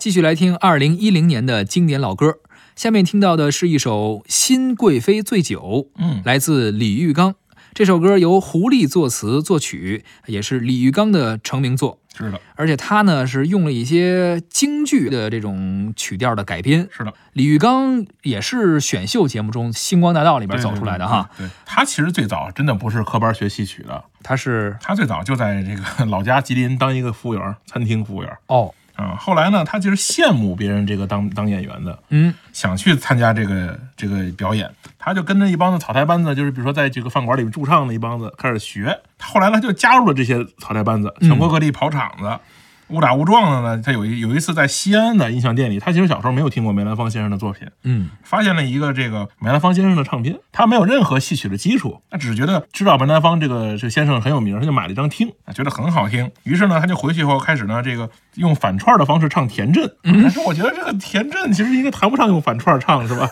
继续来听二零一零年的经典老歌，下面听到的是一首《新贵妃醉酒》，嗯，来自李玉刚。这首歌由胡丽作词作曲，也是李玉刚的成名作。是的，而且他呢是用了一些京剧的这种曲调的改编。是的，李玉刚也是选秀节目中《星光大道》里边走出来的哈，对。对对他其实最早真的不是科班学戏曲的，他是他最早就在这个 老家吉林当一个服务员，餐厅服务员哦，啊。后来呢，他其实羡慕别人这个当当演员的，嗯，想去参加这个这个表演，他就跟着一帮子草台班子，就是比如说在这个饭馆里面驻唱的一帮子开始学。他后来呢，就加入了这些草台班子，全嗯国各地跑场子。误打误撞的呢，他有一有一次在西安的音像店里，他其实小时候没有听过梅兰芳先生的作品，嗯，发现了一个这个梅兰芳先生的唱片，他没有任何戏曲的基础，他只是觉得知道梅兰芳这个这个先生很有名，他就买了一张听，啊觉得很好听。于是呢，他就回去以后开始呢，这个用反串的方式唱田震。但是我觉得这个田震其实应该谈不上用反串唱，是吧？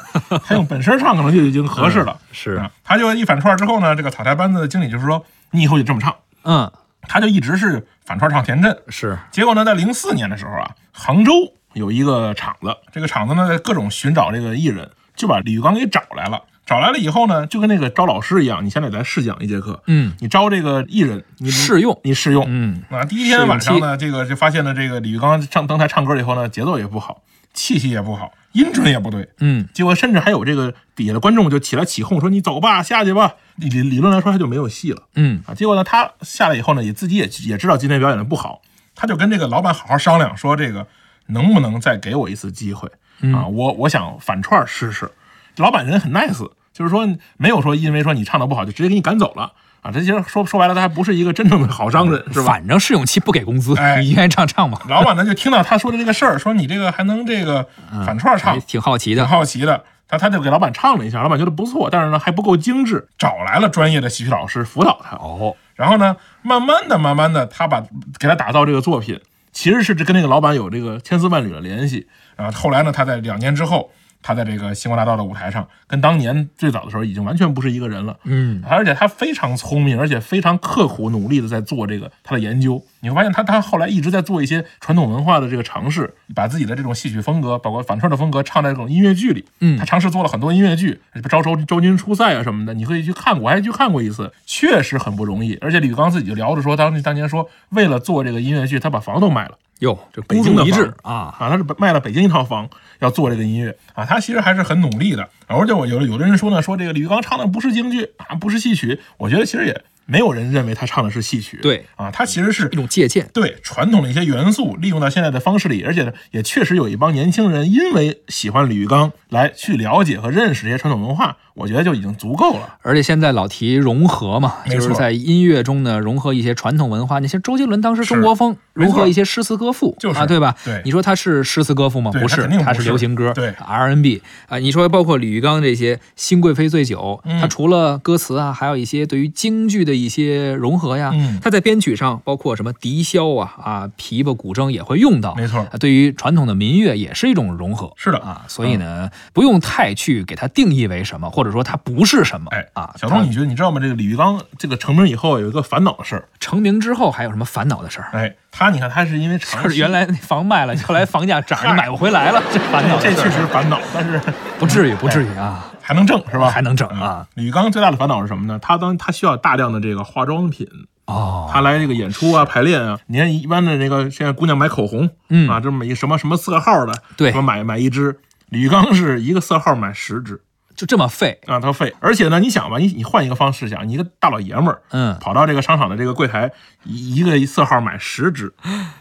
他用本身唱可能就已经合适了。嗯是啊，他就一反串之后呢，这个草台班子的经理就是说，你以后就这么唱。嗯他就一直是反串唱田震，是结果呢，在零四年的时候啊，杭州有一个厂子，这个厂子呢在各种寻找这个艺人，就把李玉刚给找来了。找来了以后呢，就跟那个招老师一样，你先得来试讲一节课，嗯，你招这个艺人，你试用你试用，嗯啊，第一天晚上呢，这个就发现了这个李玉刚上登台唱歌以后呢，节奏也不好，气息也不好，音准也不对，嗯结果甚至还有这个底下的观众就起来起哄说：“你走吧，下去吧。”理理理论来说他就没有戏了。嗯啊，结果呢，他下来以后呢，也自己也也知道今天表演的不好，他就跟这个老板好好商量，说这个能不能再给我一次机会啊？我我想反串试试。老板人很 nice，就是说没有说因为说你唱的不好就直接给你赶走了啊。这其实说说白了，他还不是一个真正的好商人，是吧？反正试用期不给工资，哎你愿意唱唱吧。老板呢就听到他说的这个事儿，说你这个还能这个反串唱也，哎挺好奇的挺，好奇的。他他就给老板唱了一下，老板觉得不错，但是呢还不够精致，找来了专业的戏曲老师辅导他。哦，然后呢，慢慢的、慢慢的，他把给他打造这个作品，其实是跟那个老板有这个千丝万缕的联系。然后后来呢，他在两年之后，他在这个星光大道的舞台上，跟当年最早的时候已经完全不是一个人了。嗯而且他非常聪明，而且非常刻苦努力的在做这个他的研究。你会发现他，他后来一直在做一些传统文化的这个尝试，把自己的这种戏曲风格，包括反串的风格，唱在这种音乐剧里。嗯他尝试做了很多音乐剧，招周周军出塞啊什么的，你可以去看过，我还去看过一次，确实很不容易。而且李刚自己就聊着说，当时当年说为了做这个音乐剧，他把房都卖了。哟，这北孤京的注一房掷啊，啊，他是卖了北京一套房要做这个音乐啊，他其实还是很努力的。而且我有有的人说呢，说这个李玉刚唱的不是京剧啊，不是戏曲，我觉得其实也没有人认为他唱的是戏曲，对啊，他其实是一种借鉴。对传统的一些元素利用到现在的方式里，而且呢，也确实有一帮年轻人因为喜欢李玉刚来去了解和认识这些传统文化，我觉得就已经足够了。而且现在老提融合嘛，没就错是在音乐中呢融合一些传统文化，那些周杰伦当时中是国风没融错合一些诗词歌赋，就是啊，对吧？对你说他是诗词歌赋吗？对他是肯定，不他是流是行歌，对 R&B 啊。你说包括李玉刚这些《新贵妃醉酒》，嗯他除了歌词啊，还有一些对于京剧的一些融合呀嗯。他在编曲上，包括什么笛箫啊、啊琵琶、古筝也会用到，没错啊对于传统的民乐也是一种融合。是的啊，所以呢，不用太去给它定义为什么，或者说它不是什么。哎啊，小它东，你觉得你知道吗？这个李玉刚这个成名以后有一个烦恼的事儿，成名之后还有什么烦恼的事儿？哎，他你看他是因为就长是期 原来那房卖了，后来房价涨， 嗨你买不回来了，这烦恼的哎这事确儿实烦恼，但是不至于，不至于啊，还能挣是吧？嗯还能整啊？李玉刚最大的烦恼是什么呢？他当他需要大量的这个化妆品，哦，他来这个演出啊、排练啊。你看一般的那个现在姑娘买口红，嗯啊，这么一什么什么色号的，对什么买买一支。李玉刚是一个色号买十支就这么废，啊，他费。而且呢，你想吧，你你换一个方式想，你一个大老爷们儿，嗯，跑到这个商场的这个柜台，一一个色号买十 支，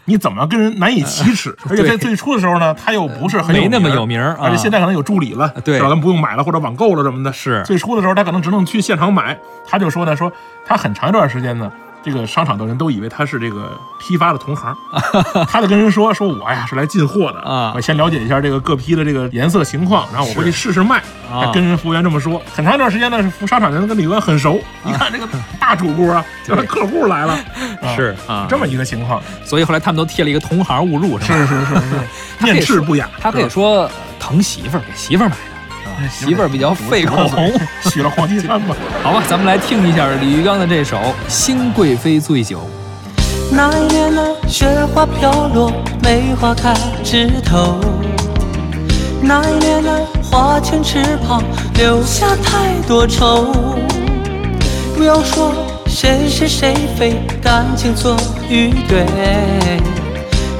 你怎么跟人难以启齿？而且在最初的时候呢，他又不是很嗯没那么名有名儿啊而且现在可能有助理了，对是吧咱们不用买了或者网购了什么的。是最初的时候，他可能只能去现场买。他就说呢，说他很长一段时间呢，这个商场的人都以为他是这个批发的 同行，他就跟人说，说我呀是来进货的啊我先了解一下这个各批的这个颜色情况，然后我回去试试卖。啊还跟人服务员这么说，很长一段时间呢，服商场人跟李哥很熟，一看这个大主顾啊，啊 对就是客户来了，啊是啊，这么一个情况，所以后来他们都贴了一个同行误入，是吧？是是是是， 他可以面斥不雅，他 可以是说呃疼媳妇儿，给媳妇儿买的，吧啊媳妇儿比较费 口红。，哦许了黄金三吧。好吧，咱们来听一下李玉刚的这首《新贵妃醉酒》。那一年呢，雪花飘落，梅花开枝头。那一年呢，花前翅膀留下太多愁。不要说谁是谁非，感情错与对，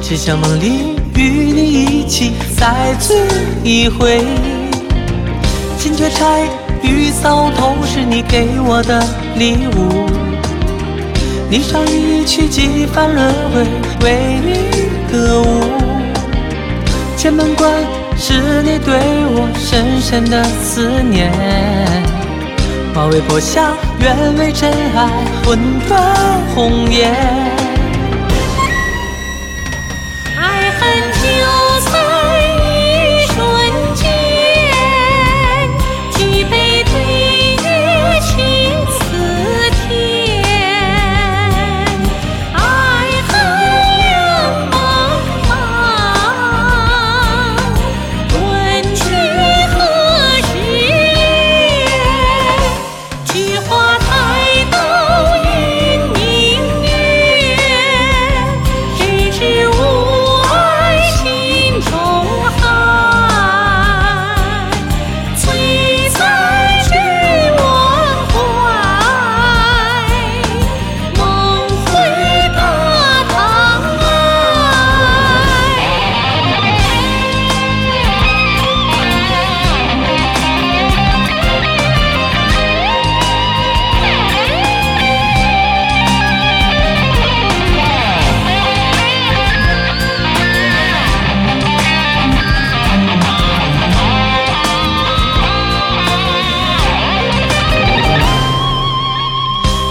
只想梦里与你一起再醉一回。金雀钗与搔头是你给我的礼物，霓裳羽衣曲几番轮回，为你歌舞。前门关是你对我深深的思念，马嵬坡下原为真爱，魂断红颜。爱恨就在一瞬间，举杯对月情似天。爱恨两茫茫，问君何时圆？菊花台头云凝月，谁知吾爱心中寒。醉在痴梦怀，梦回大唐来。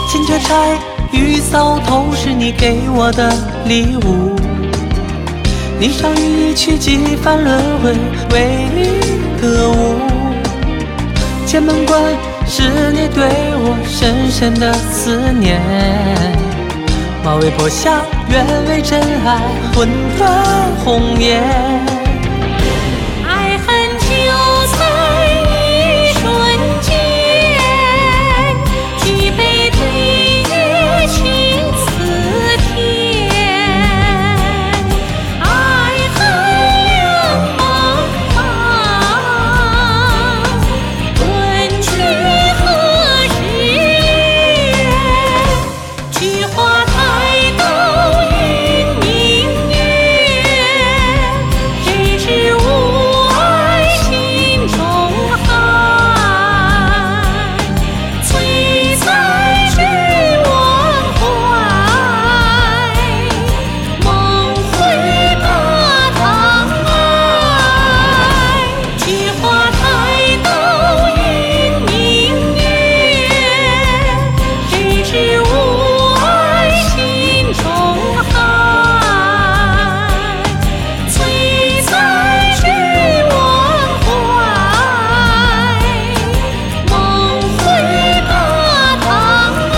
金雀钗与搔头是你给我的礼物，霓裳羽衣曲几番轮回，为你歌舞。前门关是你对我深深的思念，马嵬坡下原为真爱，魂断红颜。爱恨就在一瞬间，举杯对月情似天。爱恨两茫茫，问君何时圆？菊花台头云明月，谁知吾爱心中寒？醉在痴梦怀，梦回大唐来。菊花台头云明月，谁知吾爱心中寒？醉在痴梦怀，梦回大唐来。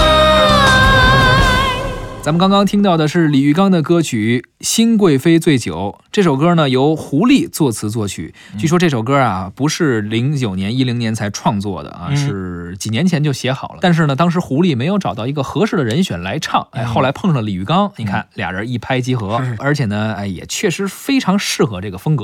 咱们刚刚听到的是李玉刚的歌曲《新贵妃醉酒》。这首歌呢，由胡丽作词作曲。据说这首歌啊，不是零九年、一零年才创作的啊，嗯是几年前就写好了。但是呢，当时胡丽没有找到一个合适的人选来唱，哎，后来碰上李玉刚，你看俩人一拍即合，而且呢，哎，也确实非常适合这个风格。